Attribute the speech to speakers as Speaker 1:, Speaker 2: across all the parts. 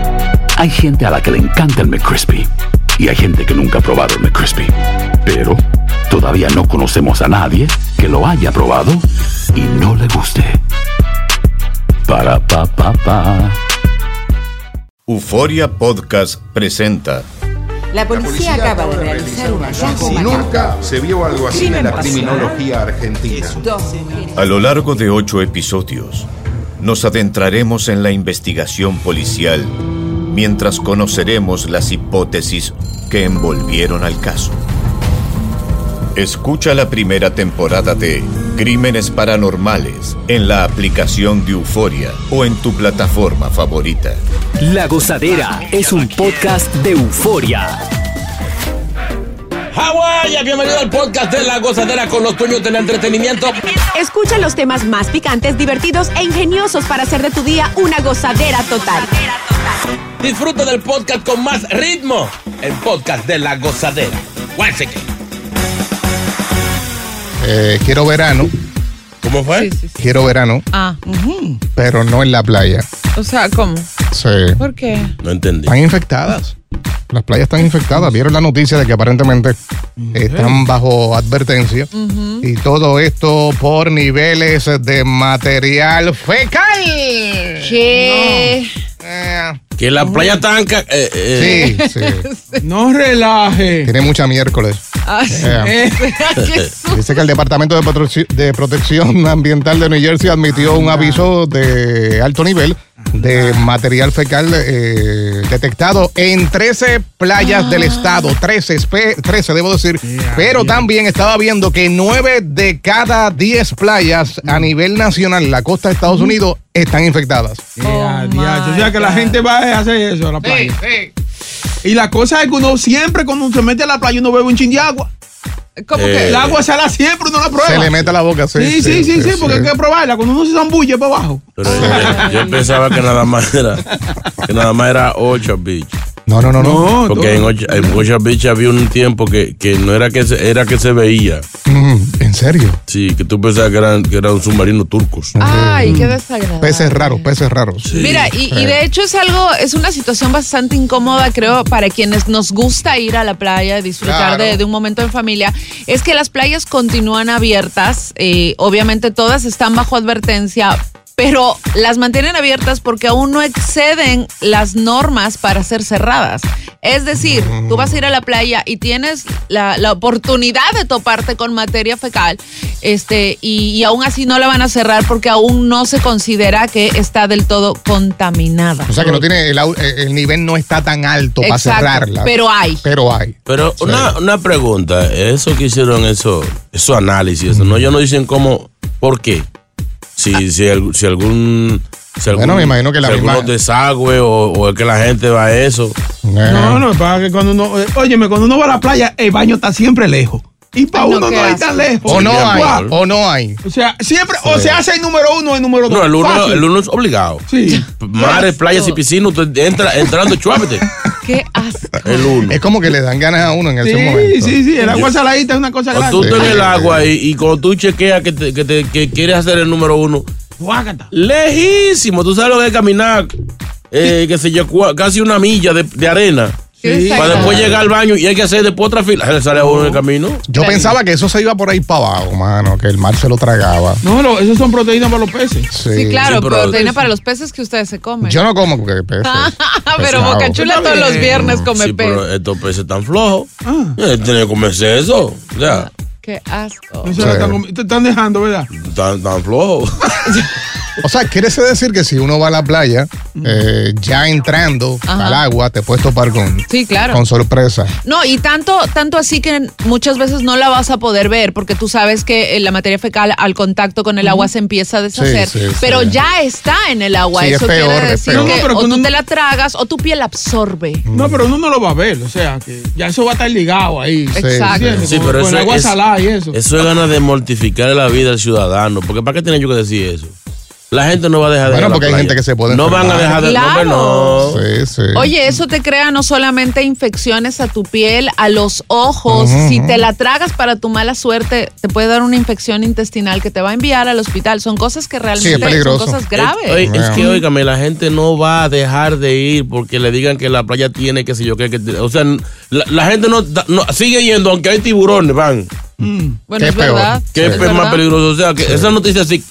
Speaker 1: Hay gente a la que le encanta el McCrispy y hay gente que nunca ha probado el McCrispy. Pero todavía no conocemos a nadie que lo haya probado y no le guste. Para pa pa pa.
Speaker 2: Euforia Podcast presenta.
Speaker 3: La policía, acaba de realizar un hallazgo
Speaker 4: Nunca se vio algo así en la criminología argentina.
Speaker 3: Dos mujeres.
Speaker 2: A lo largo de ocho episodios, nos adentraremos en la investigación policial mientras conoceremos las hipótesis que envolvieron al caso. Escucha la primera temporada de Crímenes Paranormales en la aplicación de Euforia o en tu plataforma favorita.
Speaker 5: La Gozadera es un podcast de euforia.
Speaker 6: Hawái, bienvenido al podcast de La Gozadera con los dueños del entretenimiento.
Speaker 7: Escucha los temas más picantes, divertidos e ingeniosos para hacer de tu día una gozadera total.
Speaker 6: Disfruta del podcast con más ritmo. El podcast de La Gozadera. Once again.
Speaker 8: Eh, quiero verano,
Speaker 6: ¿Cómo fue?
Speaker 8: quiero verano,
Speaker 9: Ah,
Speaker 8: pero no en la playa.
Speaker 9: o sea, ¿cómo?
Speaker 8: Sí.
Speaker 9: ¿Por qué?
Speaker 6: No entendí.
Speaker 8: Están infectadas. Las playas están infectadas. Vieron la noticia de que aparentemente están bajo advertencia. Y todo esto por niveles de material fecal.
Speaker 9: ¿Qué?
Speaker 8: Eh,
Speaker 6: Que la playa tanca. eh, eh,
Speaker 8: sí, sí.
Speaker 10: No relaje.
Speaker 8: Tiene mucha miércoles.
Speaker 9: Ay,
Speaker 8: Eh,
Speaker 9: qué su-
Speaker 8: Dice que el Departamento de, Protec- de Protección Ambiental de New Jersey admitió
Speaker 9: Ah.
Speaker 8: un aviso de alto nivel de material fecal eh, detectado en 13 playas
Speaker 9: Ah.
Speaker 8: del estado. 13, espe- 13 debo decir. Pero también estaba viendo que 9 de cada 10 playas
Speaker 9: Mm.
Speaker 8: a nivel nacional en la costa de Estados Unidos están infectadas.
Speaker 10: Ya,
Speaker 6: Oh,
Speaker 9: my
Speaker 10: Eh, diacho. O sea que la
Speaker 9: God.
Speaker 10: gente va a hacer eso a la playa. Y la cosa es que uno siempre cuando se mete a la playa uno bebe un chin de agua.
Speaker 9: ¿Cómo
Speaker 6: Eh.
Speaker 9: que?
Speaker 10: El agua sala siempre, uno la prueba.
Speaker 8: Se le mete a la boca, sí.
Speaker 10: sí, sí, sí, sí, porque hay que probarla. Cuando uno se zambulle para abajo.
Speaker 6: pero, eh, yo pensaba que nada más era. Que nada más era ocho Beach.
Speaker 8: No, no, no, no.
Speaker 6: Porque en Ocho- en Ocho Beach había un tiempo que, que no era que se, era que se veía.
Speaker 8: Mm, en serio.
Speaker 6: Sí, que tú pensabas que eran, que eran submarinos turcos.
Speaker 9: Ay, qué desagradable.
Speaker 8: Peces raros, peces raros.
Speaker 9: Mira, y, y de hecho es algo, es una situación bastante incómoda, creo, para quienes nos gusta ir a la playa, disfrutar
Speaker 8: Claro.
Speaker 9: de, de un momento en familia, es que las playas continúan abiertas, eh, obviamente todas están bajo advertencia, pero las mantienen abiertas porque aún no exceden las normas para ser cerradas. Es decir, tú vas a ir a la playa y tienes la, la oportunidad de toparte con materia fecal, este, y, y aún así no la van a cerrar porque aún no se considera que está del todo contaminada.
Speaker 8: O sea que no tiene el, au- eh, el nivel no está tan alto para
Speaker 9: Exacto,
Speaker 8: cerrarla.
Speaker 9: pero hay.
Speaker 8: Pero hay.
Speaker 6: Pero una, una pregunta, eso que hicieron eso, eso análisis, eso, no, ellos no dicen cómo, por qué. Si, si, al- si algún, si algún,
Speaker 8: Ah. Bueno, me imagino que la
Speaker 6: si
Speaker 8: misma-
Speaker 6: algunos desagües o, o es que la gente va a eso.
Speaker 8: Eh.
Speaker 10: No, no, para que cuando uno. eh, Óyeme, cuando uno va a la playa, el baño está siempre lejos. Y para
Speaker 9: Ay, no,
Speaker 10: uno
Speaker 9: qué
Speaker 10: no hay
Speaker 9: asco.
Speaker 10: tan lejos.
Speaker 8: O no
Speaker 6: mi
Speaker 8: hay,
Speaker 6: amor.
Speaker 8: o no hay.
Speaker 10: O sea, siempre, o se hace el número uno o el número dos.
Speaker 6: No, el uno,
Speaker 10: Fácil.
Speaker 6: el uno es obligado.
Speaker 10: Sí.
Speaker 6: Mares, playas y piscinas, usted entra, entrando, chuápete.
Speaker 9: Qué asco.
Speaker 6: El uno.
Speaker 8: Es como que le dan ganas a uno en ese
Speaker 10: Sí,
Speaker 8: momento.
Speaker 10: sí, sí. El agua
Speaker 6: Yo-
Speaker 10: saladita es una cosa
Speaker 6: Cuando tú
Speaker 10: grande.
Speaker 6: estás en el
Speaker 8: Sí.
Speaker 6: agua y, y cuando tú chequeas que, te- que, te- que quieres hacer el número uno,
Speaker 10: Guácata.
Speaker 6: lejísimo, tú sabes lo que es caminar, eh, qué sé yo, cua- casi una milla de- de arena.
Speaker 10: Sí.
Speaker 9: Qué
Speaker 6: Para
Speaker 9: desagradable.
Speaker 6: después llegar al baño y hay que hacer después otra fila. Se sale a uno en el camino.
Speaker 8: Yo
Speaker 9: Sí.
Speaker 8: pensaba que eso se iba por ahí para abajo, mano, que el mar se lo tragaba.
Speaker 10: No, no, esas son proteínas para los peces.
Speaker 8: Sí,
Speaker 9: Sí, claro,
Speaker 6: Sí, pero-
Speaker 9: proteína para los peces que ustedes se comen.
Speaker 8: Yo no como porque peces.
Speaker 9: Ah, pero
Speaker 8: Pesado.
Speaker 9: Bocachula todos los viernes come
Speaker 6: Sí,
Speaker 9: pez. Ah.
Speaker 6: pero estos peces están flojos. Eh, Tienen que comerse eso. O sea,
Speaker 9: Qué asco.
Speaker 10: No se lo están comi- te están dejando, ¿verdad?
Speaker 6: están, están flojos.
Speaker 8: O sea, quiere eso decir que si uno va a la playa, eh, ya entrando
Speaker 9: Ajá.
Speaker 8: al agua, te puedes topar con,
Speaker 9: Sí, claro.
Speaker 8: con sorpresa.
Speaker 9: No, y tanto, tanto así que muchas veces no la vas a poder ver porque tú sabes que eh, la materia fecal al contacto con el agua se empieza a deshacer,
Speaker 8: Sí, sí, sí.
Speaker 9: pero ya está en el agua.
Speaker 8: Sí, es
Speaker 9: Eso
Speaker 8: peor,
Speaker 9: quiere
Speaker 8: es
Speaker 9: decir
Speaker 8: peor.
Speaker 9: que
Speaker 8: No, pero
Speaker 9: o
Speaker 8: que
Speaker 9: tú te la tragas o tu piel absorbe.
Speaker 10: No, pero uno no lo va a ver, o sea, que ya eso va a estar ligado ahí.
Speaker 9: Exacto.
Speaker 10: ¿Entiendes?
Speaker 6: Sí,
Speaker 10: Con-
Speaker 6: pero
Speaker 10: con
Speaker 6: eso
Speaker 10: agua
Speaker 6: es-
Speaker 10: salada y eso.
Speaker 6: Eso es ganas de mortificar la vida al ciudadano. Porque ¿para qué tenía yo que decir eso? La gente no va a dejar de
Speaker 8: Bueno,
Speaker 6: ir a la
Speaker 8: porque hay
Speaker 6: playa.
Speaker 8: gente que se puede
Speaker 6: No van a
Speaker 8: enfermar.
Speaker 6: dejar de no, hombre, no,
Speaker 8: Sí, sí.
Speaker 9: Oye, eso te crea no solamente infecciones a tu piel, a los ojos.
Speaker 8: Ujú,
Speaker 9: Si
Speaker 8: ujú.
Speaker 9: te la tragas para tu mala suerte, te puede dar una infección intestinal que te va a enviar al hospital. Son cosas que realmente son cosas graves.
Speaker 6: Eh, oye, Es, que, óigame, la gente no va a dejar de ir porque le digan que la playa tiene qué sé yo qué. que- o sea, la, la gente no, no- sigue yendo, aunque hay tiburones, van.
Speaker 9: bueno, es verdad.
Speaker 6: Qué
Speaker 9: es
Speaker 6: pe- más
Speaker 9: verdad.
Speaker 6: peligroso. O sea, que esa noticia así,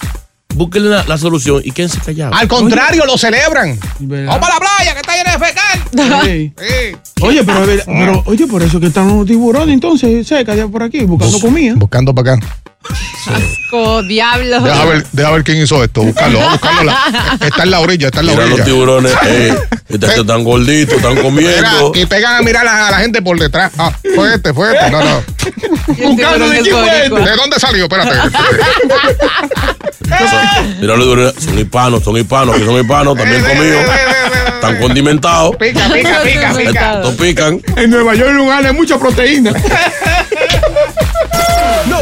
Speaker 6: búsquenle la, la solución y quédense callados.
Speaker 8: Al contrario, lo celebran.
Speaker 10: Vamos a la playa, que está llena de fecal. Sí. Oye, pero, a ver, pero, oye, por eso que están los tiburones entonces, cerca de por aquí, buscando comida.
Speaker 8: Buscando para acá.
Speaker 9: Co- diablo.
Speaker 8: Deja ver, deja ver quién hizo esto. Búscalo, búscalo. la- está en la orilla, está en la
Speaker 6: Mira
Speaker 8: orilla.
Speaker 6: los tiburones, eh, estos están gorditos, están
Speaker 8: Mira,
Speaker 6: comiendo.
Speaker 8: y pegan a mirar a, a la gente por detrás. Ah, fue este, fue este. No, no.
Speaker 10: Buscando de quién fue este.
Speaker 8: ¿De dónde salió? Espérate.
Speaker 6: Mira los tiburones, son hispanos, son hispanos, que son hispanos, también comidos, están condimentados,
Speaker 10: Pica, pica, pica, pica.
Speaker 6: no pican.
Speaker 10: En Nueva York hay un lugar de mucha proteína.
Speaker 11: No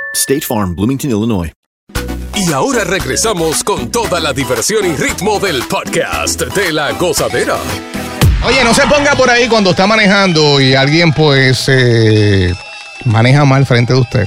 Speaker 12: State Farm, Bloomington, Illinois.
Speaker 11: Y ahora regresamos con toda la diversión y ritmo del podcast de la gozadera.
Speaker 8: Oye, no se ponga por ahí cuando está manejando y alguien pues eh, maneja mal frente de usted.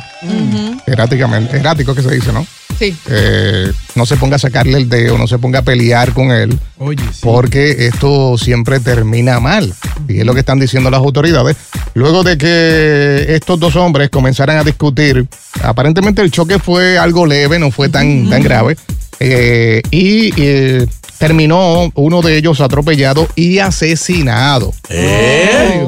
Speaker 8: Erráticamente, errático que se dice, ¿no?
Speaker 9: Sí.
Speaker 8: Eh, no se ponga a sacarle el dedo, no se ponga a pelear con él,
Speaker 10: Oye, sí.
Speaker 8: porque esto siempre termina mal. Y es lo que están diciendo las autoridades. Luego de que estos dos hombres comenzaran a discutir, aparentemente el choque fue algo leve, no fue tan, tan grave. Eh, y eh, terminó uno de ellos atropellado y asesinado.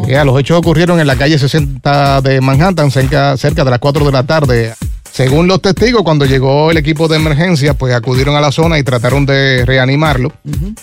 Speaker 8: Ya, los hechos ocurrieron en la calle 60 de Manhattan, cerca, cerca de las 4 de la tarde. Según los testigos, cuando llegó el equipo de emergencia, pues acudieron a la zona y trataron de reanimarlo.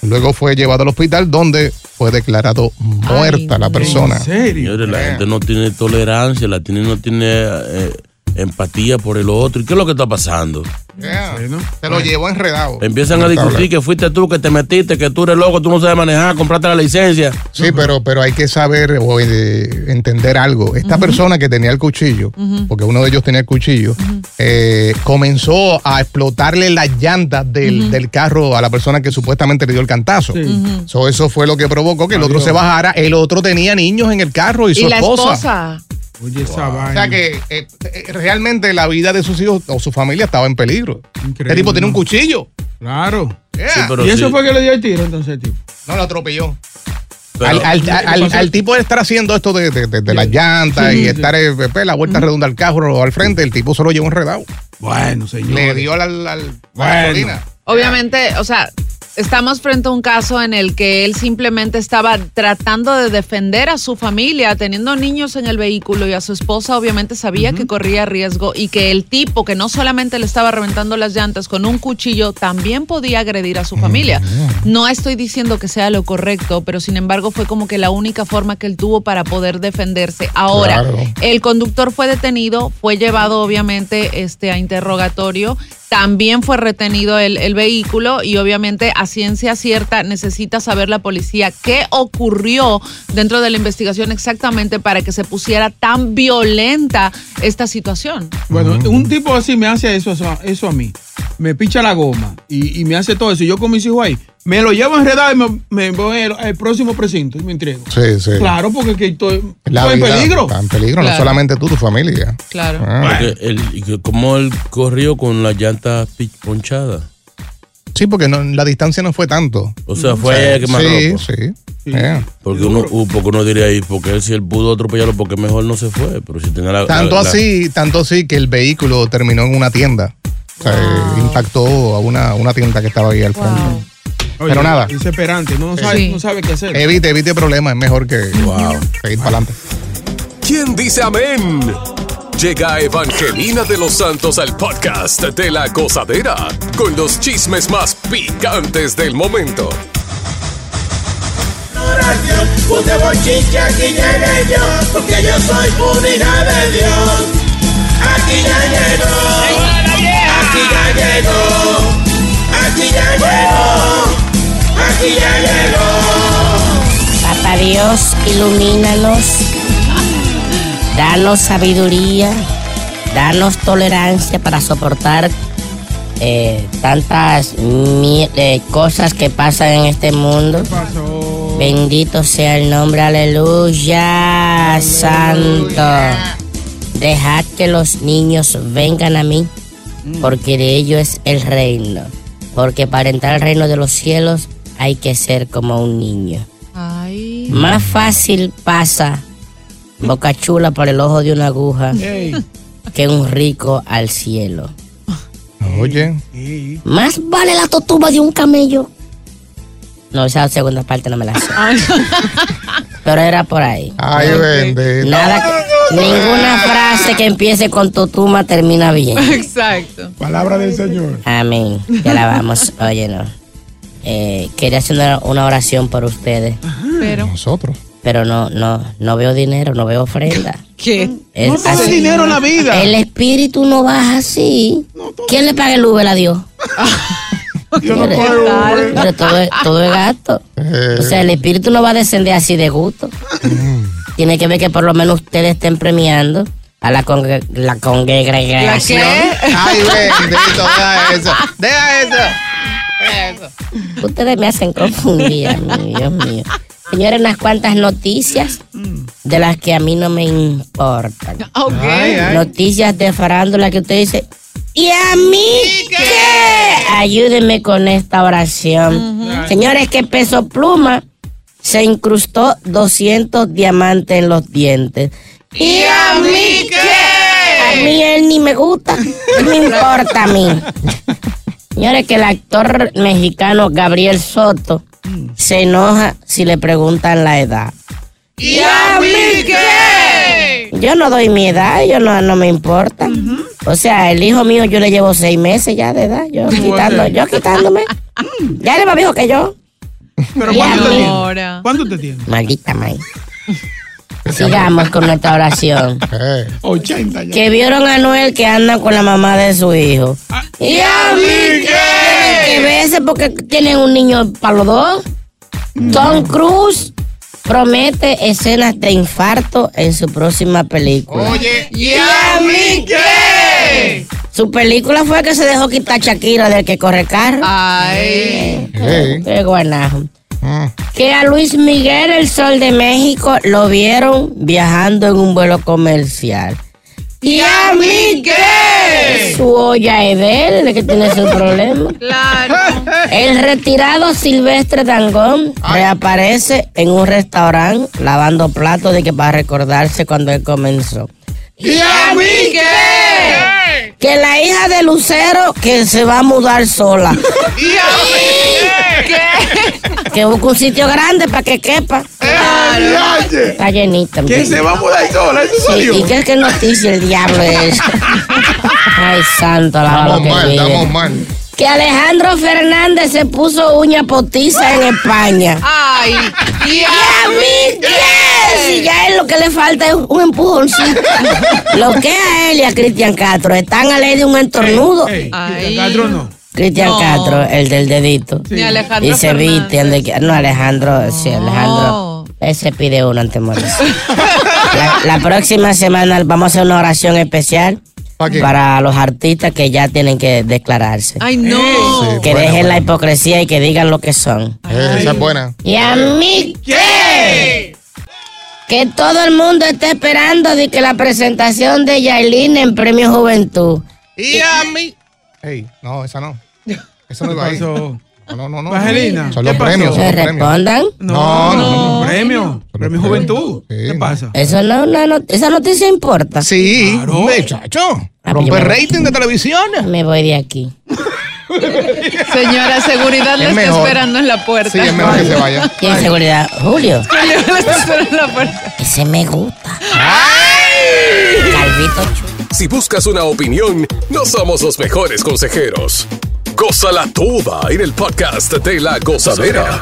Speaker 8: Luego fue llevado al hospital donde fue declarado muerta la persona.
Speaker 6: Señores, la gente no tiene tolerancia, la tiene, no tiene eh, empatía por el otro. ¿Y qué es lo que está pasando?
Speaker 8: Yeah. Se lo llevó enredado.
Speaker 6: Empiezan a discutir que fuiste tú, que te metiste, que tú eres loco, tú no sabes manejar, compraste la licencia.
Speaker 8: Sí, pero, pero hay que saber o eh, entender algo. Esta persona que tenía el cuchillo,
Speaker 6: Ujú.
Speaker 8: porque uno de ellos tenía el cuchillo, eh, comenzó a explotarle las llantas del, del carro a la persona que supuestamente le dio el cantazo.
Speaker 9: Ujú.
Speaker 8: So, eso fue lo que provocó que el otro se bajara. El otro tenía niños en el carro y,
Speaker 9: Y
Speaker 8: su
Speaker 9: la
Speaker 8: esposa.
Speaker 9: esposa.
Speaker 10: Oye, esa vaina.
Speaker 8: O sea que eh, eh, realmente la vida de sus hijos o su familia estaba en peligro. Este tipo tiene un cuchillo. Ah.
Speaker 10: Claro.
Speaker 8: Sí, pero
Speaker 10: y eso
Speaker 8: sí.
Speaker 10: fue que le dio el tiro entonces, tipo.
Speaker 8: No lo atropelló.
Speaker 10: Pero-
Speaker 8: al, al- al- al- al tipo de estar haciendo esto de, de- de- de las llantas
Speaker 10: Sí,
Speaker 8: y
Speaker 10: sí.
Speaker 8: estar eh, pues, la vuelta redonda al carro o al frente, el tipo se lo llevó enredado.
Speaker 10: Bueno, señor.
Speaker 8: Le dio al- al- al- la,
Speaker 10: Bueno.
Speaker 8: gasolina.
Speaker 9: Obviamente, o sea, estamos frente a un caso en el que él simplemente estaba tratando de defender a su familia, teniendo niños en el vehículo y a su esposa obviamente sabía que corría riesgo y que el tipo que no solamente le estaba reventando las llantas con un cuchillo, también podía agredir a su familia. No estoy diciendo que sea lo correcto, pero sin embargo fue como que la única forma que él tuvo para poder defenderse. Ahora,
Speaker 13: Claro.
Speaker 9: el conductor fue detenido, fue llevado obviamente este, a interrogatorio, también fue retenido el, el vehículo y obviamente a ciencia cierta necesita saber la policía qué ocurrió dentro de la investigación exactamente para que se pusiera tan violenta esta situación.
Speaker 10: Bueno, un tipo así me hace eso, eso, eso a mí. Me picha la goma y, y me hace todo eso. Yo con mis hijos ahí, me lo llevo enredado y me, me voy al, al próximo precinto y me entrego.
Speaker 8: Sí, sí.
Speaker 10: Claro, porque que estoy,
Speaker 8: La
Speaker 10: estoy en
Speaker 8: vida
Speaker 10: peligro.
Speaker 8: Está en peligro, no
Speaker 10: Claro.
Speaker 8: solamente tú, tu familia.
Speaker 9: Claro.
Speaker 8: Ah.
Speaker 6: Porque él- y que como él corrió con la llanta pi- ponchada.
Speaker 8: Sí, porque no, la distancia no fue tanto.
Speaker 6: O sea, fue que más
Speaker 8: Sí,
Speaker 6: ropa.
Speaker 8: sí. Eh. Ah. Yeah.
Speaker 6: Porque uno, uh, porque uno diría ahí, porque él, si él pudo atropellarlo, porque mejor no se fue. Pero si tenía la.
Speaker 8: Tanto
Speaker 6: la- la-
Speaker 8: así, tanto así que el vehículo terminó en una tienda. O sea, eh, impactó a una, una tienda que estaba ahí al fondo. Pero
Speaker 10: Oye,
Speaker 8: nada.
Speaker 10: Desesperante, no sabe, no sabe qué hacer.
Speaker 8: Evite, evite problemas, es mejor que seguir para adelante.
Speaker 11: ¿Quién dice amén? Llega Evangelina de los Santos al podcast de la gozadera con los chismes más picantes del momento.
Speaker 14: Un de bochinche aquí llegué yo, porque yo soy un hija de Dios. Aquí ya llegó, aquí ya llegó, aquí ya llegó, aquí ya llegó.
Speaker 15: Papá Dios, ilumínalos, danos sabiduría, danos tolerancia para soportar eh, tantas mi- eh, cosas que pasan en este mundo. Bendito sea el nombre, aleluya, santo. Dejad que los niños vengan a mí, porque de ello es el reino. Porque para entrar al reino de los cielos hay que ser como un niño. Más fácil pasa boca chula por el ojo de una aguja que un rico al cielo.
Speaker 8: Oye.
Speaker 15: Más vale la totuba de un camello. No, esa segunda parte no me la sé. Pero era por ahí.
Speaker 8: Ay, bendito.
Speaker 15: Nada, que- ninguna frase que empiece con totuma termina bien.
Speaker 9: Exacto.
Speaker 15: Palabra del Señor. Amén. Ya la vamos. Oye, no. Eh, quería hacer una, una oración por ustedes.
Speaker 9: Pero.
Speaker 8: Nosotros.
Speaker 15: Pero no, no, no veo dinero, no veo ofrenda.
Speaker 9: ¿Qué?
Speaker 15: Es
Speaker 10: No te dé
Speaker 15: así.
Speaker 10: dinero en la vida.
Speaker 15: El espíritu no baja así. ¿Quién le paga el Uber a Dios?
Speaker 14: Yo no
Speaker 15: Pero-
Speaker 14: pago Uber.
Speaker 15: Pero todo, es- todo es gasto.
Speaker 8: Eh.
Speaker 15: O sea, el espíritu no va a descender así de gusto.
Speaker 8: Mm.
Speaker 15: Tiene que ver que por lo menos ustedes estén premiando a la, congre- la congregación.
Speaker 8: Ay, bendito, deja eso. Deja eso.
Speaker 15: Ustedes me hacen confundir, amigo, Dios mío. Señores, unas cuantas noticias de las que a mí no me importan.
Speaker 14: Ay, ay.
Speaker 15: Noticias de farándula que usted dice, ¿y a mí qué? Ayúdenme con esta oración. Señores, que peso pluma se incrustó 200 diamantes en los dientes.
Speaker 14: ¿Y a mí
Speaker 15: A
Speaker 14: qué?
Speaker 15: mí él ni me gusta, ni me importa a mí. Señores, que el actor mexicano Gabriel Soto se enoja si le preguntan la edad.
Speaker 14: ¿Y a mí qué?
Speaker 15: Yo no doy mi edad, yo no, no me importa. O sea, el hijo mío yo le llevo seis meses ya de edad, yo, quitando, yo quitándome. Ya era más viejo que yo.
Speaker 10: Pero
Speaker 15: Y
Speaker 10: ¿cuánto
Speaker 15: a
Speaker 10: te
Speaker 15: mí.
Speaker 10: tiene? ¿Cuánto te tiene?
Speaker 15: Maldita May. Sigamos con nuestra oración.
Speaker 10: 80 ya.
Speaker 15: Que vieron a Noel que anda con la mamá de su hijo. Y a mí tienen que verse porque tienen un niño para los dos. Tom Cruise promete escenas de infarto en su próxima película.
Speaker 14: ¿Y a mí qué?
Speaker 15: Su película fue que se dejó quitar Shakira del que corre carro. Ay. Qué guanajo.
Speaker 14: Ah.
Speaker 15: Que a Luis Miguel, el sol de México, lo vieron viajando en un vuelo comercial.
Speaker 14: ¿Y a mí qué?
Speaker 15: Su olla es de él, el que tiene su problema. El retirado Silvestre Dangón reaparece en un restaurante lavando platos de que para recordarse cuando él comenzó.
Speaker 14: ¿Y a mí qué?
Speaker 15: Que la hija de Lucero que se va a mudar sola.
Speaker 14: ¿Y a mí qué?
Speaker 15: Que busque un sitio grande para que quepa. Está llenita.
Speaker 14: ¿Quién se va a mudar sola? Eso
Speaker 15: Sí,
Speaker 14: salió.
Speaker 15: ¿Y qué, qué noticia el diablo es? Ay, santo, la
Speaker 9: Ah,
Speaker 8: Estamos
Speaker 15: verdad que
Speaker 8: mal,
Speaker 15: vive.
Speaker 8: estamos mal.
Speaker 15: Que Alejandro Fernández se puso uña potiza en España.
Speaker 9: Ay,
Speaker 14: ¿y
Speaker 15: a mí qué? Si ya es lo que le falta es un empujoncito. lo que a él y a Cristian Castro están a ley de un entornudo.
Speaker 10: Castro no.
Speaker 15: Cristian
Speaker 10: No.
Speaker 15: Castro, el del dedito.
Speaker 10: Ni Alejandro
Speaker 15: Y se
Speaker 10: Fernández.
Speaker 15: visten de que. No, Alejandro, sí, Alejandro. Ese pide uno antes de morirse. la, la próxima semana vamos a hacer una oración especial. Para los artistas que ya tienen que declararse.
Speaker 9: Ay, no.
Speaker 15: que dejen la hipocresía y que digan lo que son.
Speaker 8: Eh, Esa es buena.
Speaker 15: ¿Y a mí qué? Que todo el mundo está esperando de que la presentación de Yailin en Premio Juventud.
Speaker 14: ¿Y a mí?
Speaker 8: Ey, no, esa no. Esa no iba ahí.
Speaker 10: No,
Speaker 8: no, no. no.
Speaker 10: Evangelina,
Speaker 8: Son los
Speaker 10: ¿qué pasó?
Speaker 8: premios. Son
Speaker 10: ¿Se
Speaker 8: los premios.
Speaker 15: respondan?
Speaker 8: No, no. no.
Speaker 10: Premio, premio Juventud. ¿Qué pasa?
Speaker 15: Eso no es una not- esa noticia importa. Ah, pues
Speaker 8: Sí, muchacho. Rompe rating de televisión.
Speaker 15: Me voy de aquí.
Speaker 9: Señora, seguridad le
Speaker 15: Es
Speaker 9: está
Speaker 15: mejor.
Speaker 9: esperando en la puerta.
Speaker 15: Sí, es mejor que se vaya. ¿Quién seguridad? Ah, Julio.
Speaker 9: Julio le está esperando en la puerta.
Speaker 15: Ese me gusta.
Speaker 11: Si buscas una opinión, no somos los mejores consejeros. Cosa la tuba en el podcast de la gozadera.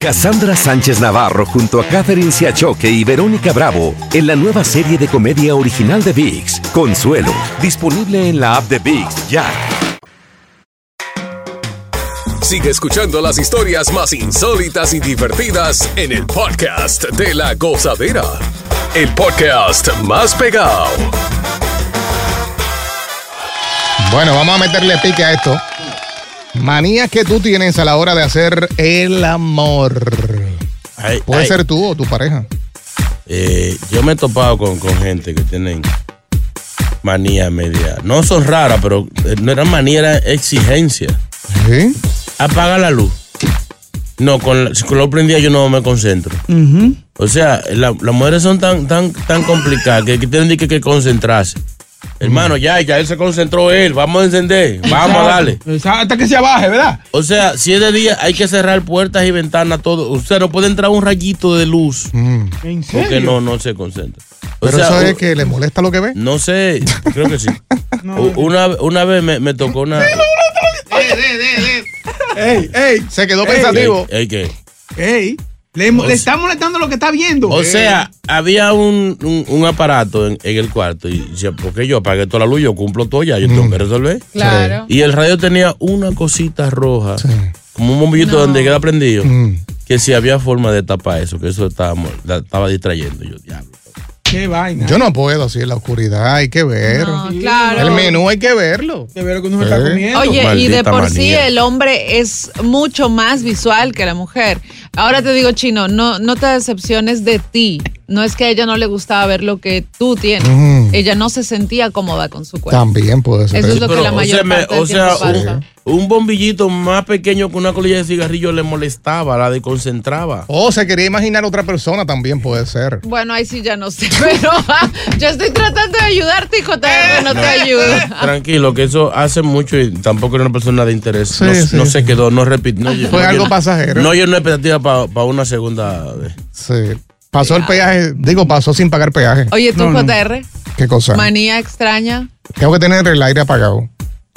Speaker 13: Cassandra Sánchez Navarro junto a Catherine Siachoque y Verónica Bravo en la nueva serie de comedia original de VIX, Consuelo, disponible en la app de VIX ya.
Speaker 11: Sigue escuchando las historias más insólitas y divertidas en el podcast de la gozadera. El podcast más pegado.
Speaker 8: Bueno, vamos a meterle pique a esto. Manías que tú tienes a la hora de hacer el amor. Puede
Speaker 6: ay.
Speaker 8: ser tú o tu pareja.
Speaker 6: Eh, yo me he topado con, con gente que tienen manía media. No son raras, pero eh, no eran manía, era exigencia. Apaga la luz. No, con la, si con la luz prendida yo no me concentro. O sea, la- las mujeres son tan, tan, tan complicadas que, que tienen que, que concentrarse. Hermano, ya, ya él se concentró él. Vamos a encender. Vamos,
Speaker 10: Exacto.
Speaker 6: dale.
Speaker 10: Exacto, Hasta que se abaje, ¿verdad?
Speaker 6: O sea, si es de día, hay que cerrar puertas y ventanas, todo. O sea, no puede entrar un rayito de luz.
Speaker 10: Mm. ¿En
Speaker 6: Porque
Speaker 10: serio?
Speaker 6: no, no se concentra. O
Speaker 8: Pero
Speaker 6: sea,
Speaker 8: eso
Speaker 6: u-
Speaker 8: es que le molesta lo que ve.
Speaker 6: no sé, creo que sí. U- una, una vez me, me tocó una.
Speaker 8: Eh,
Speaker 10: Ey, ey.
Speaker 8: Se quedó
Speaker 6: Ey, ey, ¿qué?
Speaker 10: Ey. Le, mo- le está molestando lo que está viendo.
Speaker 8: Eh.
Speaker 6: O sea, había un, un- un aparato en, en el cuarto y decía, porque yo apagué toda la luz, yo cumplo todo ya, yo tengo
Speaker 8: Mm.
Speaker 6: que resolver.
Speaker 14: Claro.
Speaker 6: Y el radio tenía una cosita roja, como un bombillito donde queda prendido,
Speaker 8: Mm.
Speaker 6: que si había forma de tapar eso, que eso estaba, mo- la- estaba distrayendo. Yo, diablo.
Speaker 10: Qué vaina.
Speaker 8: Yo no puedo así en la oscuridad, hay que ver.
Speaker 9: claro.
Speaker 8: El menú hay que verlo.
Speaker 10: De ver que
Speaker 8: eh.
Speaker 10: uno se está comiendo.
Speaker 9: Oye, y de por sí el hombre es mucho más visual que la mujer. Ahora te digo, Chino, no, no te decepciones de ti. No es que a ella no le gustaba ver lo que tú tienes.
Speaker 8: Mm.
Speaker 9: Ella no se sentía cómoda con su cuerpo.
Speaker 8: También puede ser.
Speaker 9: Pues, Eso es lo que la mayor
Speaker 6: me-
Speaker 9: parte del
Speaker 6: o sea,
Speaker 9: tiempo pasa.
Speaker 6: un, un bombillito más pequeño que una colilla de cigarrillo le molestaba, la desconcentraba.
Speaker 8: O se quería imaginar otra persona también puede ser.
Speaker 9: Bueno, ahí sí ya no sé, pero ah, yo estoy tratando de ayudarte, hijo, todavía no te ayudo.
Speaker 6: Tranquilo, que eso hace mucho y tampoco era una persona de interés. no,
Speaker 8: sí.
Speaker 6: no se quedó, no repitió.
Speaker 8: Fue algo pasajero.
Speaker 6: No, yo no expectativa para una segunda vez.
Speaker 8: Sí. Pasó el peaje, digo, pasó sin pagar peaje.
Speaker 9: Oye, tú, JR,
Speaker 8: ¿Qué cosa?
Speaker 9: manía extraña.
Speaker 8: Tengo que tener el aire apagado.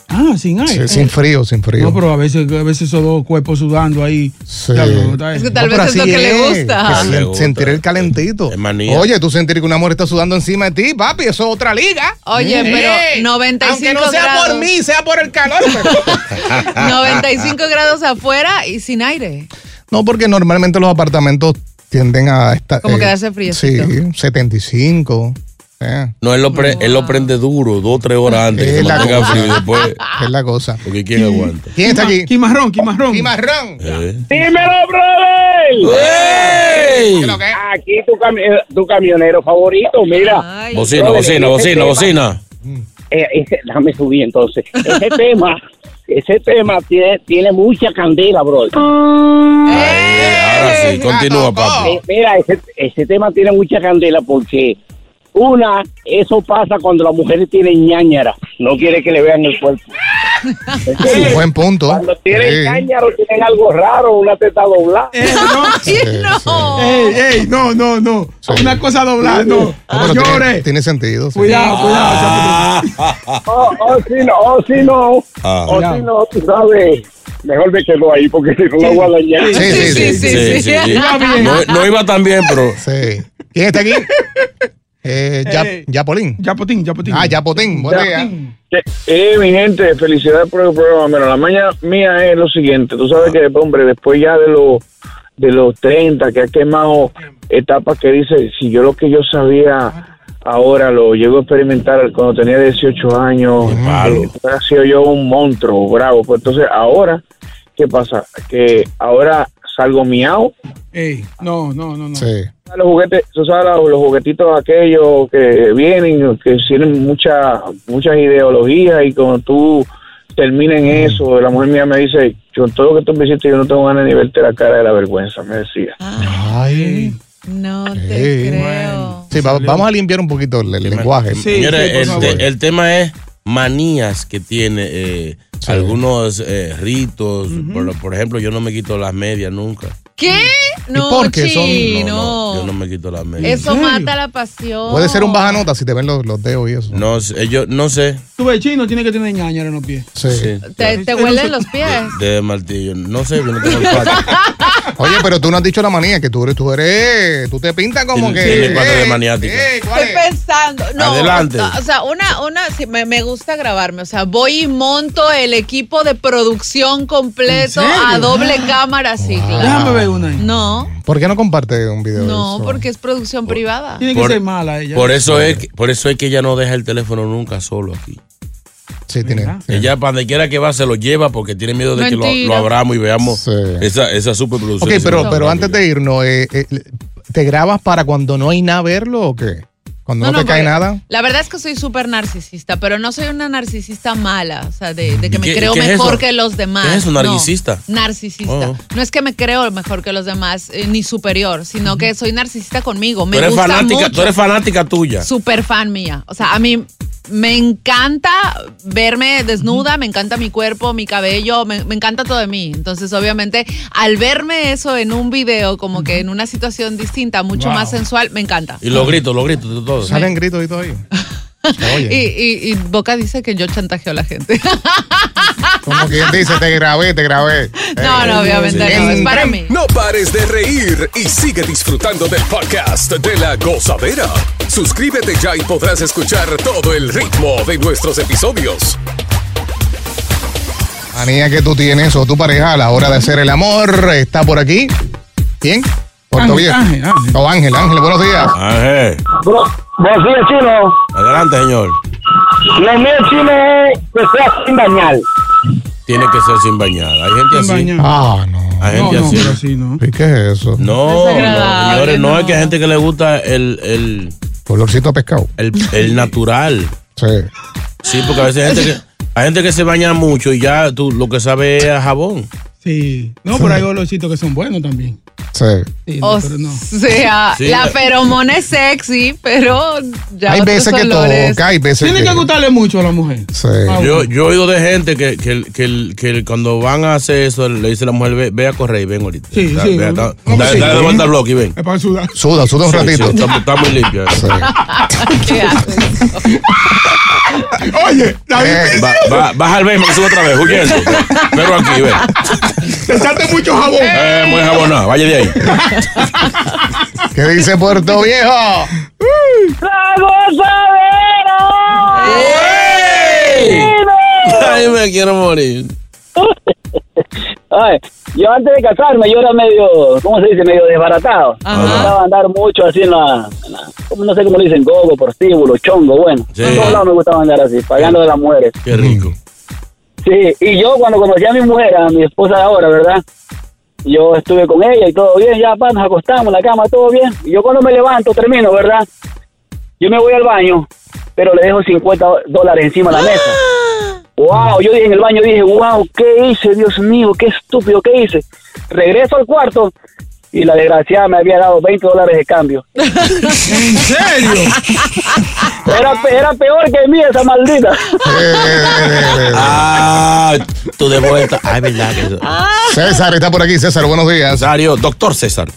Speaker 10: Ah, sin aire.
Speaker 8: Sí, sin frío, sin frío.
Speaker 10: No, pero a veces, a veces esos dos cuerpos sudando ahí.
Speaker 8: Eh,
Speaker 9: Es que tal vez es lo que le gusta.
Speaker 8: que sen- sentir el calentito. Oye, tú sentir que una mujer está sudando encima de ti, papi, eso es otra liga.
Speaker 9: Oye,
Speaker 8: Sí.
Speaker 9: pero 95
Speaker 8: Eh, Aunque no sea
Speaker 9: grados.
Speaker 8: por mí, sea por el calor. pero-
Speaker 9: pues, 95 grados afuera y sin aire.
Speaker 8: No, porque normalmente los apartamentos tienden a estar. eh,
Speaker 9: Como quedarse friecito.
Speaker 8: Sí, 75. eh,
Speaker 6: No, él lo, pre- él lo prende duro, dos o tres horas antes. que
Speaker 8: Es
Speaker 6: se
Speaker 8: la
Speaker 6: mantenga
Speaker 8: cosa.
Speaker 6: frío y después.
Speaker 8: Es la cosa.
Speaker 6: Porque quién aguanta. Eh.
Speaker 8: ¿Quién está aquí?
Speaker 10: Quimarrón, Quimarrón.
Speaker 8: Quimarrón. Eh.
Speaker 16: ¡Dímelo, brother! Aquí tu, cami- eh, tu camionero favorito, mira.
Speaker 6: Bocina,
Speaker 16: Brother,
Speaker 6: bocina,
Speaker 16: ese
Speaker 6: bocina,
Speaker 16: tema-
Speaker 6: bocina.
Speaker 16: eh, ese- déjame subir entonces. Ese tema, ese tema tiene, tiene mucha candela, brother.
Speaker 6: Ahora sí, continúa, papi.
Speaker 16: Eh, Mira, ese, ese tema tiene mucha candela porque una, eso pasa cuando las mujeres tienen ñañara, no quiere que le vean el cuerpo.
Speaker 8: Un buen punto.
Speaker 16: Cuando tienen
Speaker 8: Sí.
Speaker 16: ñañaro tienen algo raro, una teta doblada.
Speaker 10: Ey, ey, no, no, no. Una cosa doblada, no.
Speaker 8: Ah, pero tiene-
Speaker 10: Llores.
Speaker 8: Tiene, sentido. sí.
Speaker 10: Cuidado, cuidado.
Speaker 9: Ah.
Speaker 16: Oh, oh, si no, oh, si no,
Speaker 8: Ah.
Speaker 16: oh, si no, tú sabes. Mejor me quedo ahí porque si no la voy a dañar.
Speaker 6: Sí, sí, sí. No, no iba tan bien, pero.
Speaker 8: Sí. ¿Quién está aquí? Eh, Yap- Yapolín.
Speaker 10: Yapotín, Yapotín.
Speaker 8: Ah, Yapotín. Buen día.
Speaker 17: Eh, eh, mi gente, felicidades por el programa. Mira, la maña mía es lo siguiente. Tú sabes que, hombre, después ya de los de los 30, que ha quemado etapas que dice, si yo lo que yo sabía ahora lo llego a experimentar cuando tenía 18 años, eh, hubiera sido yo un monstruo, bravo. Pues entonces ahora, ¿qué pasa? Que ahora salgo miau,
Speaker 10: Ey, no, no, no, no.
Speaker 17: Ah, los juguetes, tú sabes los, los juguetitos aquellos que vienen, que tienen mucha, muchas ideologías y cuando tú terminas en eso, la mujer mía me dice, yo todo lo que tú me hiciste yo no tengo ganas ni verte la cara de la vergüenza, me decía.
Speaker 8: Ay.
Speaker 9: No te
Speaker 8: creo. Sí, va- vamos a limpiar un poquito el, el lenguaje.
Speaker 6: Señores, el, te- el tema es manías que tiene eh, algunos eh, ritos. por, por ejemplo, yo no me quito las medias nunca.
Speaker 9: ¿Qué? No, chi, no.
Speaker 6: Yo no me quito las medias.
Speaker 9: Eso mata la pasión.
Speaker 8: Puede ser un bajanota si te ven los, los dedos y eso.
Speaker 6: No, sé, yo no sé.
Speaker 10: Tú ves chino, tiene que tener ñañara en los pies.
Speaker 8: Sí.
Speaker 9: Te, te huelen los pies.
Speaker 6: De martillo. No sé, yo no tengo olfato.
Speaker 8: Oye, pero tú no has dicho la manía, que tú eres, tú eres, tú te pintas como
Speaker 6: Tiene-
Speaker 8: que.
Speaker 6: tiene pata de
Speaker 8: eh,
Speaker 6: maniática.
Speaker 9: Estoy pensando. No,
Speaker 6: Adelante.
Speaker 9: O sea, una, una, sí, me, me gusta grabarme. O sea, voy y monto el equipo de producción completo
Speaker 8: ¿En serio?
Speaker 9: a doble cámara, sí,
Speaker 6: Ah,
Speaker 9: claro.
Speaker 8: Déjame ver
Speaker 10: una.
Speaker 9: No,
Speaker 8: ¿Por qué no comparte un video?
Speaker 9: no, porque es producción privada.
Speaker 10: Tiene
Speaker 6: Por-
Speaker 10: mala ella.
Speaker 6: Por eso, es, que- por eso es que ella no deja el teléfono nunca solo aquí.
Speaker 8: Sí, tiene.
Speaker 6: Ella, para donde quiera que va, se lo lleva porque tiene miedo de que lo- lo,
Speaker 8: Mentira.
Speaker 6: abramos y veamos esa, esa superproducción.
Speaker 8: Ok,
Speaker 6: que se
Speaker 8: pero,
Speaker 6: nos
Speaker 8: pero
Speaker 6: da.
Speaker 8: antes de irnos, eh, eh, ¿te grabas para cuando no hay nada a verlo o qué? Cuando no, te cae
Speaker 9: porque
Speaker 8: nada.
Speaker 9: La verdad es que soy súper narcisista, pero no soy una narcisista mala, o sea, de, de que me
Speaker 6: ¿Qué-
Speaker 9: creo
Speaker 6: qué es
Speaker 9: mejor
Speaker 6: eso?
Speaker 9: que los demás.
Speaker 6: ¿Qué es eso,
Speaker 9: No,
Speaker 6: narcisista?
Speaker 9: narcisista.
Speaker 6: Oh.
Speaker 9: No es que me creo mejor que los demás, eh, ni superior, sino que soy narcisista conmigo. Me
Speaker 6: tú, eres
Speaker 9: gusta
Speaker 6: fanática,
Speaker 9: mucho.
Speaker 6: tú eres fanática tuya.
Speaker 9: Super fan mía. O sea, a mí me encanta verme desnuda, me encanta mi cuerpo, mi cabello, me, me encanta todo de mí. Entonces, obviamente, al verme eso en un video, como que en una situación distinta, mucho
Speaker 6: Wow.
Speaker 9: más sensual, me encanta.
Speaker 6: Y los gritos, los gritos de todos.
Speaker 8: Salen gritos y todo ahí.
Speaker 9: Y, y- y Boca dice que yo chantajeo a la gente.
Speaker 8: Como quien dice, te grabé, te grabé. Eh,
Speaker 9: No, no, obviamente no, es para mí.
Speaker 11: No pares de reír y sigue disfrutando del podcast de la gozadera. Suscríbete ya y podrás escuchar todo el ritmo de nuestros episodios.
Speaker 8: Manía que tú tienes o tu pareja a la hora de hacer el amor está por aquí. ¿Quién? Puerto
Speaker 14: Ángel,
Speaker 8: Viejo. O Ángel, Ángel, buenos días.
Speaker 6: Ángel.
Speaker 16: Buenos días, chino.
Speaker 6: Adelante, señor.
Speaker 16: Lo mío, chino, es que sea sin dañar.
Speaker 6: Tiene que ser sin bañar. Hay gente así.
Speaker 8: Ah, no.
Speaker 6: Hay gente
Speaker 8: No, no,
Speaker 6: así.
Speaker 8: pero ¿Y qué es eso?
Speaker 6: No,
Speaker 8: Desagradable,
Speaker 6: señores, no,
Speaker 8: no.
Speaker 6: es que hay gente que le gusta el. el
Speaker 8: Colorcito a Pues pescado.
Speaker 6: El, el natural.
Speaker 8: Sí.
Speaker 6: Sí, porque a veces hay gente que. Hay gente que se baña mucho y ya tú lo que sabe es a jabón.
Speaker 10: Sí. No, pero hay olorcitos que son buenos también.
Speaker 8: Sí.
Speaker 10: Sí,
Speaker 9: O
Speaker 10: pero no.
Speaker 9: sea,
Speaker 10: Sí.
Speaker 9: la feromona es sexy, pero ya
Speaker 10: Hay
Speaker 9: otros
Speaker 10: veces que
Speaker 9: olores.
Speaker 8: toca, hay veces
Speaker 10: Tiene que gustarle mucho a la mujer.
Speaker 6: Yo, yo he oído de gente que, que, que, que cuando van a hacer eso le dice a la mujer, ve, ve a correr y ven ahorita.
Speaker 10: Sí,
Speaker 6: Da-
Speaker 10: sí.
Speaker 6: ve a- da-
Speaker 10: No,
Speaker 6: da-
Speaker 10: sí.
Speaker 6: Dale la vuelta al bloque y ven.
Speaker 10: Es para sudar.
Speaker 8: Suda, suda un
Speaker 6: Sí,
Speaker 8: ratito.
Speaker 6: sí, está, está muy limpio.
Speaker 9: ¿Qué haces?
Speaker 10: Oye,
Speaker 6: Eh,
Speaker 8: Eh,
Speaker 6: Va- va- baja al béisbol, sube otra vez, huyendo. Pero aquí, ven.
Speaker 10: te salte mucho jabón.
Speaker 6: Eh, muy jabonado, vaya de ahí.
Speaker 8: ¿Qué dice Puerto Viejo?
Speaker 14: ¡La gozadera!
Speaker 6: Ay, me quiero morir.
Speaker 18: Ay, yo antes de casarme, yo era medio, ¿cómo se dice? Medio desbaratado. Me gustaba andar mucho así en la, en la- ¿cómo- no sé cómo le dicen, gogo, prostíbulo, chongo, bueno. En todos lados me gustaba andar así, pagando de las mujeres.
Speaker 6: Qué rico.
Speaker 18: Sí, y yo cuando conocí a mi mujer, a mi esposa de ahora, ¿verdad? Yo estuve con ella y todo bien, ya, pa, nos acostamos en la cama, todo bien. Y yo cuando me levanto, termino, ¿verdad? Yo me voy al baño, pero le dejo 50 dólares encima de la mesa. Wow, yo dije en el baño, dije, wow, ¿qué hice? Dios mío, qué estúpido, ¿qué hice? Regreso al cuarto y la desgraciada me había dado 20 dólares de cambio.
Speaker 14: ¿En serio?
Speaker 18: Era, pe- era peor que mí esa maldita.
Speaker 6: Ah, tú de vuelta. Ay, verdad que eso.
Speaker 8: César está por aquí. César, buenos días.
Speaker 6: Cesario, doctor César.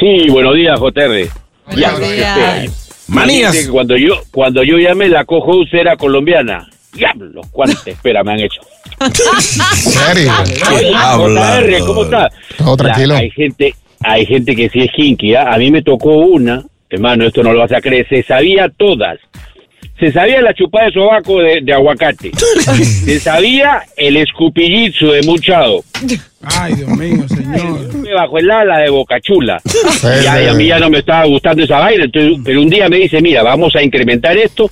Speaker 19: Sí, buenos días, Joterre. Ya,
Speaker 6: días.
Speaker 19: este, Manías. dice que Cuando yo, cuando yo llamé, la cojo era colombiana. Diablos, cuántas espera me han hecho.
Speaker 8: serio?
Speaker 19: Oye, JR, ¿cómo está?
Speaker 8: Todo tranquilo.
Speaker 19: La- hay gente, hay gente que sí es kinky, ¿ah? A mí me tocó una, hermano, esto no lo vas a creer, se sabía todas. Se sabía la chupada de sobaco de, de aguacate. se sabía el escupillizo de muchado.
Speaker 10: Ay, Dios mío, señor.
Speaker 19: Me bajó el ala de Bocachula. Y ya- y a mí ya no me estaba gustando esa vaina. entonces, pero un día me dice, mira, vamos a incrementar esto.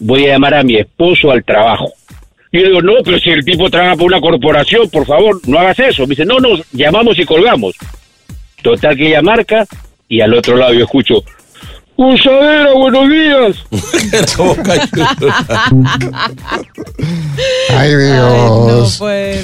Speaker 19: Voy a llamar a mi esposo al trabajo. Y yo digo, no, pero si el tipo trabaja por una corporación, por favor, no hagas eso. Me dice, no, no, llamamos y colgamos. Total que ella marca y al otro lado yo escucho, Usadera, buenos días.
Speaker 8: Ay, Dios.
Speaker 9: puede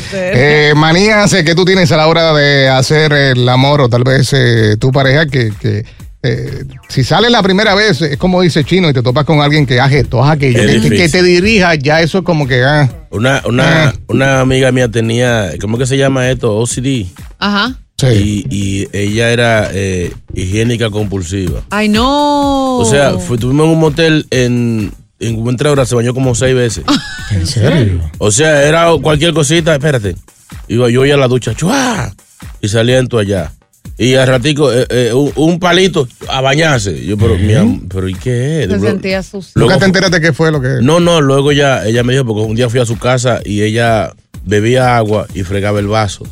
Speaker 8: Eh, manías eh, que tú tienes a la hora de hacer el amor o tal vez eh, tu pareja que, que, eh, si sale la primera vez, es como dice Chino, y te topas con alguien que hace esto, haz aquello,
Speaker 6: Es
Speaker 8: que, que-
Speaker 6: difícil.
Speaker 8: que te dirija, ya eso es como que... ah,
Speaker 6: Una, una, una amiga mía tenía, ¿cómo que se llama esto? OCD.
Speaker 9: Ajá.
Speaker 6: Y, y ella era eh, higiénica compulsiva.
Speaker 9: Ay, no.
Speaker 6: O sea, fue- tuvimos en un motel en, en un tres horas, se bañó como seis veces.
Speaker 8: ¿En serio?
Speaker 6: O sea, era cualquier cosita, espérate. Iba yo ya a la ducha, ¡chua! Y salía en allá. Y al ratico, eh, eh, un, un palito a bañarse. Yo, pero, mi am- pero ¿y qué es?
Speaker 9: Te
Speaker 6: Lo-
Speaker 9: sentía sucio.
Speaker 6: Luego
Speaker 8: Nunca te
Speaker 6: fue-
Speaker 8: enteraste qué fue lo que...
Speaker 6: No, no, luego ya, ella me dijo, porque un día fui a su casa y ella bebía agua y fregaba el vaso.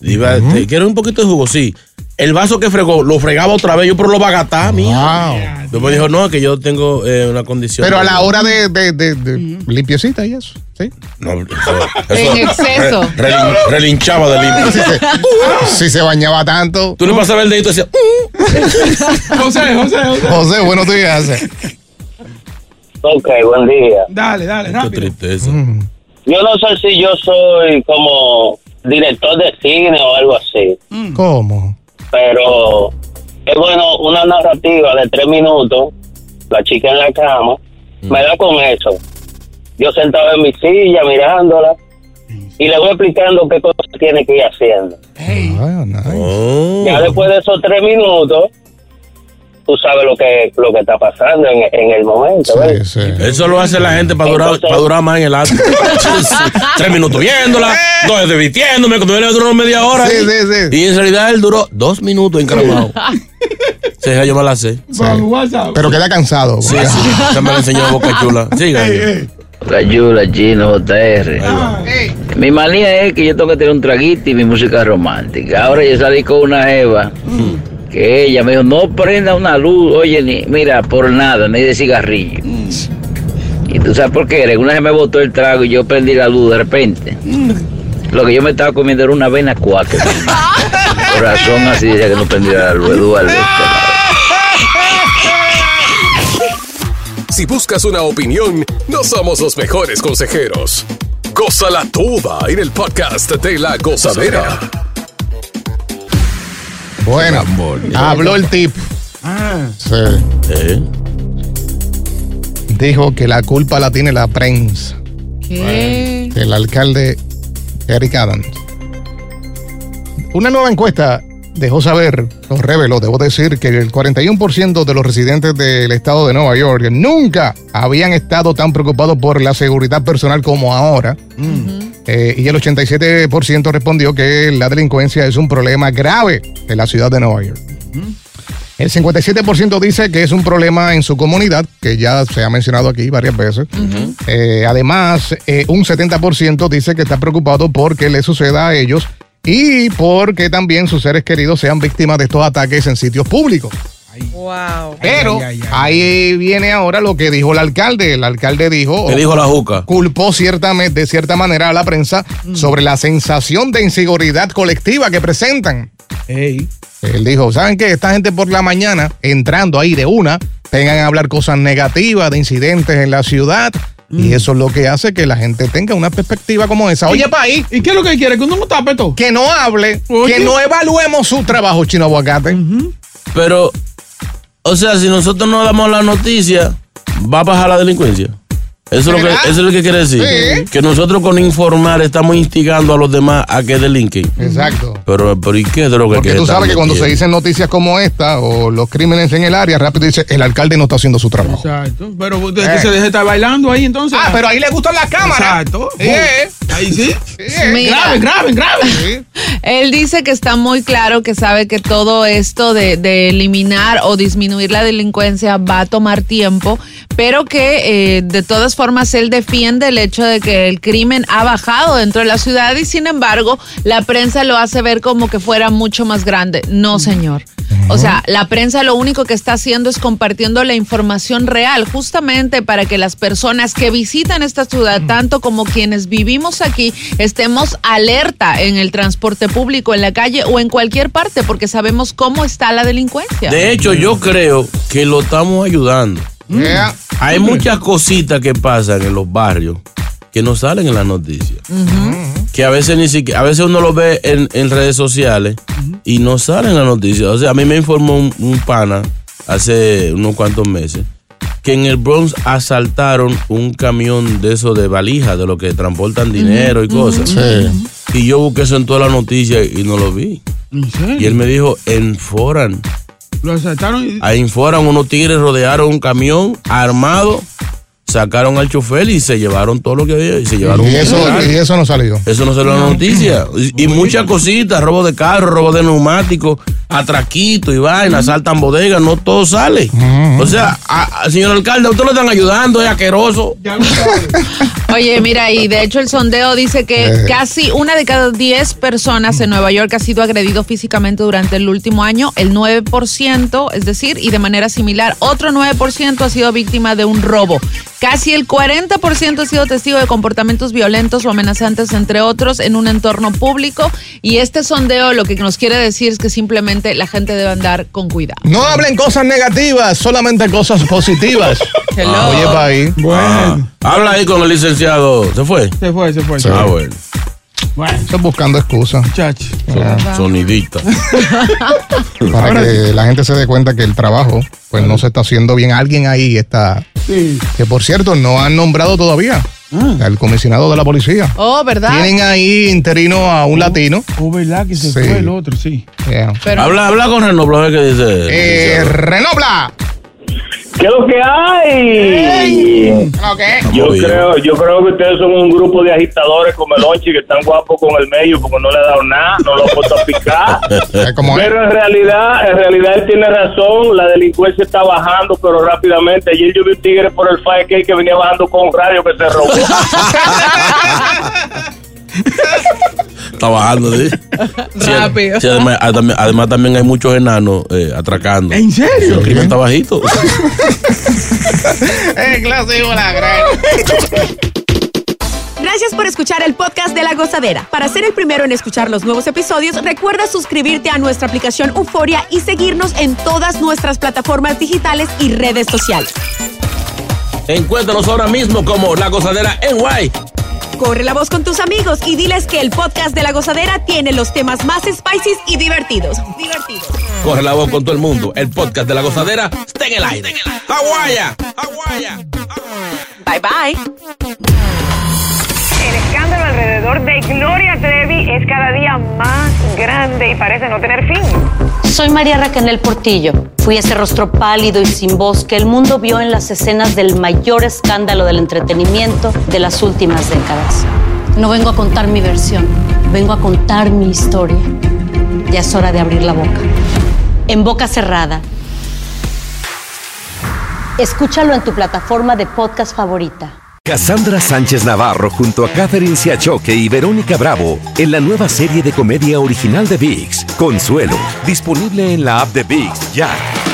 Speaker 6: Iba, "Te quiero un poquito de jugo, sí. El vaso que fregó, lo fregaba otra vez, yo pero lo va a gastar, mía. Yo me dijo, no, que yo tengo eh, una condición.
Speaker 8: Pero a la hora de, de- de- de limpiecita y eso, ¿sí?
Speaker 6: No, eso-
Speaker 8: En exceso.
Speaker 6: re- relin- relinchaba de
Speaker 8: Si
Speaker 6: limpio.
Speaker 8: se, si se bañaba tanto.
Speaker 6: Tú le pasabas el dedito y "Uh, decías,
Speaker 10: José, José, José.
Speaker 8: José, buenos días.
Speaker 20: Ok, buen día.
Speaker 10: Dale, dale, rápido.
Speaker 20: Yo no sé si yo soy como director de cine o algo así,
Speaker 8: ¿Cómo?
Speaker 20: pero es bueno una narrativa de tres minutos, la chica en la cama, me da con eso. Yo sentado en mi silla mirándola y le voy explicando qué cosas tiene que ir haciendo. Ah, Ya después de esos tres minutos, tú sabes lo que, lo que está pasando en, en el momento. ¿ves?
Speaker 6: Eso lo hace la gente para durar, para durar más en el acto. Tres minutos viéndola, dos desvistiéndome, cuando viene duró media hora.
Speaker 8: Eh. Sí,
Speaker 6: y, y en realidad él duró dos minutos encaramado. Sí, ya yo me la sé.
Speaker 8: Pero queda cansado.
Speaker 6: Sí, sí. Ya me la enseñó Boca Chula. Siga.
Speaker 21: Cayula, Chino, JR. Mi manía es que yo tengo que tener un traguito y mi música romántica. Ahora yo salí con una Eva que ella me dijo, no prenda una luz, oye, ni, mira, por nada, ni de cigarrillo. Y tú sabes por qué, era. una vez me botó el trago y yo prendí la luz de repente. Lo que yo me estaba comiendo era una avena cuatro. Corazón así decía que no prendiera la luz, Eduardo.
Speaker 11: Si buscas una opinión, no somos los mejores consejeros. Goza la tuba en el podcast de la gozadera.
Speaker 8: Bueno, habló el tip. Sí.
Speaker 6: Eh.
Speaker 8: Dijo que la culpa la tiene la prensa.
Speaker 9: ¿Qué?
Speaker 8: El alcalde Eric Adams. Una nueva encuesta dejó saber, nos reveló, debo decir, que el 41% de los residentes del estado de Nueva York nunca habían estado tan preocupados por la seguridad personal como ahora. Eh, y el 87% respondió que la delincuencia es un problema grave en la ciudad de Nueva York. El 57% dice que es un problema en su comunidad, que ya se ha mencionado aquí varias veces. Eh, además, eh, un 70% dice que está preocupado porque le suceda a ellos y porque también sus seres queridos sean víctimas de estos ataques en sitios públicos.
Speaker 9: Wow.
Speaker 8: Pero ahí viene ahora lo que dijo el alcalde. El alcalde dijo.
Speaker 6: ¿Qué dijo la juca?
Speaker 8: Culpó ciertamente, de cierta manera a la prensa sobre la sensación de inseguridad colectiva que presentan. Él dijo: ¿Saben qué? Esta gente por la mañana, entrando ahí de una, vengan a hablar cosas negativas de incidentes en la ciudad. Y eso es lo que hace que la gente tenga una perspectiva como esa. Oye, país.
Speaker 10: ¿Y qué es lo que quiere? ¿Que uno no tape todo?
Speaker 8: Que no hable, que no evaluemos su trabajo, chino aguacate.
Speaker 6: Pero, o sea, si nosotros no damos la noticia, va a bajar la delincuencia. Eso es, lo que,
Speaker 8: ¿Verdad?
Speaker 6: eso es lo que quiere decir.
Speaker 8: Sí.
Speaker 6: Que nosotros con informar estamos instigando a los demás a que delinquen.
Speaker 8: Exacto.
Speaker 6: Pero, pero ¿y qué droga
Speaker 8: Porque
Speaker 6: que
Speaker 8: tú
Speaker 6: están
Speaker 8: sabes que cuando se
Speaker 6: metiendo?
Speaker 8: dicen noticias como esta o los crímenes en el área, rápido dice, el alcalde no está haciendo su trabajo.
Speaker 10: Exacto. Pero usted
Speaker 8: Eh.
Speaker 10: que se deje estar bailando ahí entonces. Ah,
Speaker 8: pero ahí le gustan las cámaras.
Speaker 10: Exacto.
Speaker 8: Eh.
Speaker 10: Ahí sí.
Speaker 9: Mira.
Speaker 10: Graben, graben, graben.
Speaker 9: Él dice que está muy claro que sabe que todo esto de, de eliminar o disminuir la delincuencia va a tomar tiempo, pero que eh, de todas formas él defiende el hecho de que el crimen ha bajado dentro de la ciudad y sin embargo la prensa lo hace ver como que fuera mucho más grande. No, señor. O sea, la prensa lo único que está haciendo es compartiendo la información real, justamente para que las personas que visitan esta ciudad, tanto como quienes vivimos aquí, estemos alerta en el transporte público, en la calle o en cualquier parte, porque sabemos cómo está la delincuencia.
Speaker 6: De hecho, yo creo que lo estamos ayudando.
Speaker 8: Yeah.
Speaker 6: Hay muchas cositas que pasan en los barrios que no salen en las noticias. Que a veces ni siquiera, a veces uno lo ve en, en redes sociales y no salen las noticias. O sea, a mí me informó un, un pana hace unos cuantos meses que en el Bronx asaltaron un camión de eso de valija, de lo que transportan dinero y cosas. Y yo busqué eso en todas las noticias y no lo vi.
Speaker 10: ¿En serio?
Speaker 6: Y él me dijo, en Foran.
Speaker 10: Lo asaltaron y.
Speaker 6: Ahí en Foran unos tigres rodearon un camión armado, sacaron al chofer y se llevaron todo lo que había y se llevaron.
Speaker 8: Y
Speaker 6: un
Speaker 8: eso,
Speaker 6: celular.
Speaker 8: y eso no salió.
Speaker 6: Eso no se lo noticia. Y, y muchas cositas, robo de carro, robo de neumáticos, atraquito y vaina, asaltan bodegas, no todo sale. O sea, a- a- señor alcalde, a usted lo están ayudando, es asqueroso.
Speaker 9: Oye, mira, y de hecho el sondeo dice que
Speaker 6: Eh.
Speaker 9: casi una de cada 10 personas en Nueva York ha sido agredido físicamente durante el último año, el 9%, es decir, y de manera similar, otro 9% ha sido víctima de un robo. Casi el 40% ha sido testigo de comportamientos violentos o amenazantes, entre otros, en un entorno público. Y este sondeo lo que nos quiere decir es que simplemente la gente debe andar con cuidado.
Speaker 8: No hablen cosas negativas, solamente cosas positivas.
Speaker 6: Ah,
Speaker 9: Hello.
Speaker 8: Oye, país.
Speaker 6: Bueno. Ah, habla ahí con el licenciado. ¿Se fue?
Speaker 10: Se fue, se fue.
Speaker 6: Ah, bueno.
Speaker 8: Estás buscando excusas. Ah,
Speaker 6: Sonidita.
Speaker 8: Para que la gente se dé cuenta que el trabajo pues no se está haciendo bien. Alguien ahí está. Que por cierto, no han nombrado todavía
Speaker 10: Ah.
Speaker 8: al comisionado de la policía.
Speaker 9: Oh, ¿verdad?
Speaker 8: Tienen ahí interino a un latino.
Speaker 10: Oh, ¿verdad? Que se fue el otro, sí.
Speaker 6: Habla, habla con Renobla, a ver qué dice.
Speaker 8: Eh, Renobla.
Speaker 1: ¿Qué es lo que hay? Yo creo, yo creo que ustedes son un grupo de agitadores como el Onchi que están guapos con el medio porque no le ha dado nada, no lo ha puesto a picar. Pero en realidad, en realidad él tiene razón, la delincuencia está bajando, pero rápidamente. Ayer yo vi un tigre por el Firecake que venía bajando con un radio que se robó.
Speaker 6: Está bajando, ¿sí?
Speaker 9: Rápido.
Speaker 6: Sí, además, adem- además también hay muchos enanos eh, atracando. ¿En serio? El crimen está bajito.
Speaker 7: Gracias por escuchar el podcast de La Gozadera. Para ser el primero en escuchar los nuevos episodios, recuerda suscribirte a nuestra aplicación Euforia y seguirnos en todas nuestras plataformas digitales y redes sociales.
Speaker 6: Encuéntranos ahora mismo como La Gozadera en Guay.
Speaker 7: Corre la voz con tus amigos y diles que el podcast de La Gozadera tiene los temas más spicy y divertidos. Divertidos.
Speaker 6: Corre la voz con todo el mundo. El podcast de La Gozadera está en el aire. ¡Aguaya! ¡Aguaya!
Speaker 7: Bye bye.
Speaker 4: El escándalo alrededor de Gloria Trevi es cada día más grande y parece no tener fin.
Speaker 22: Soy María Raquel Portillo. Fui ese rostro pálido y sin voz que el mundo vio en las escenas del mayor escándalo del entretenimiento de las últimas décadas. No vengo a contar mi versión, vengo a contar mi historia. Ya es hora de abrir la boca. En boca cerrada, Escúchalo en tu plataforma de podcast favorita.
Speaker 19: Cassandra Sánchez Navarro junto a Catherine Siachoque y Verónica Bravo en la nueva serie de comedia original de VIX, Consuelo, disponible en la app de VIX ya.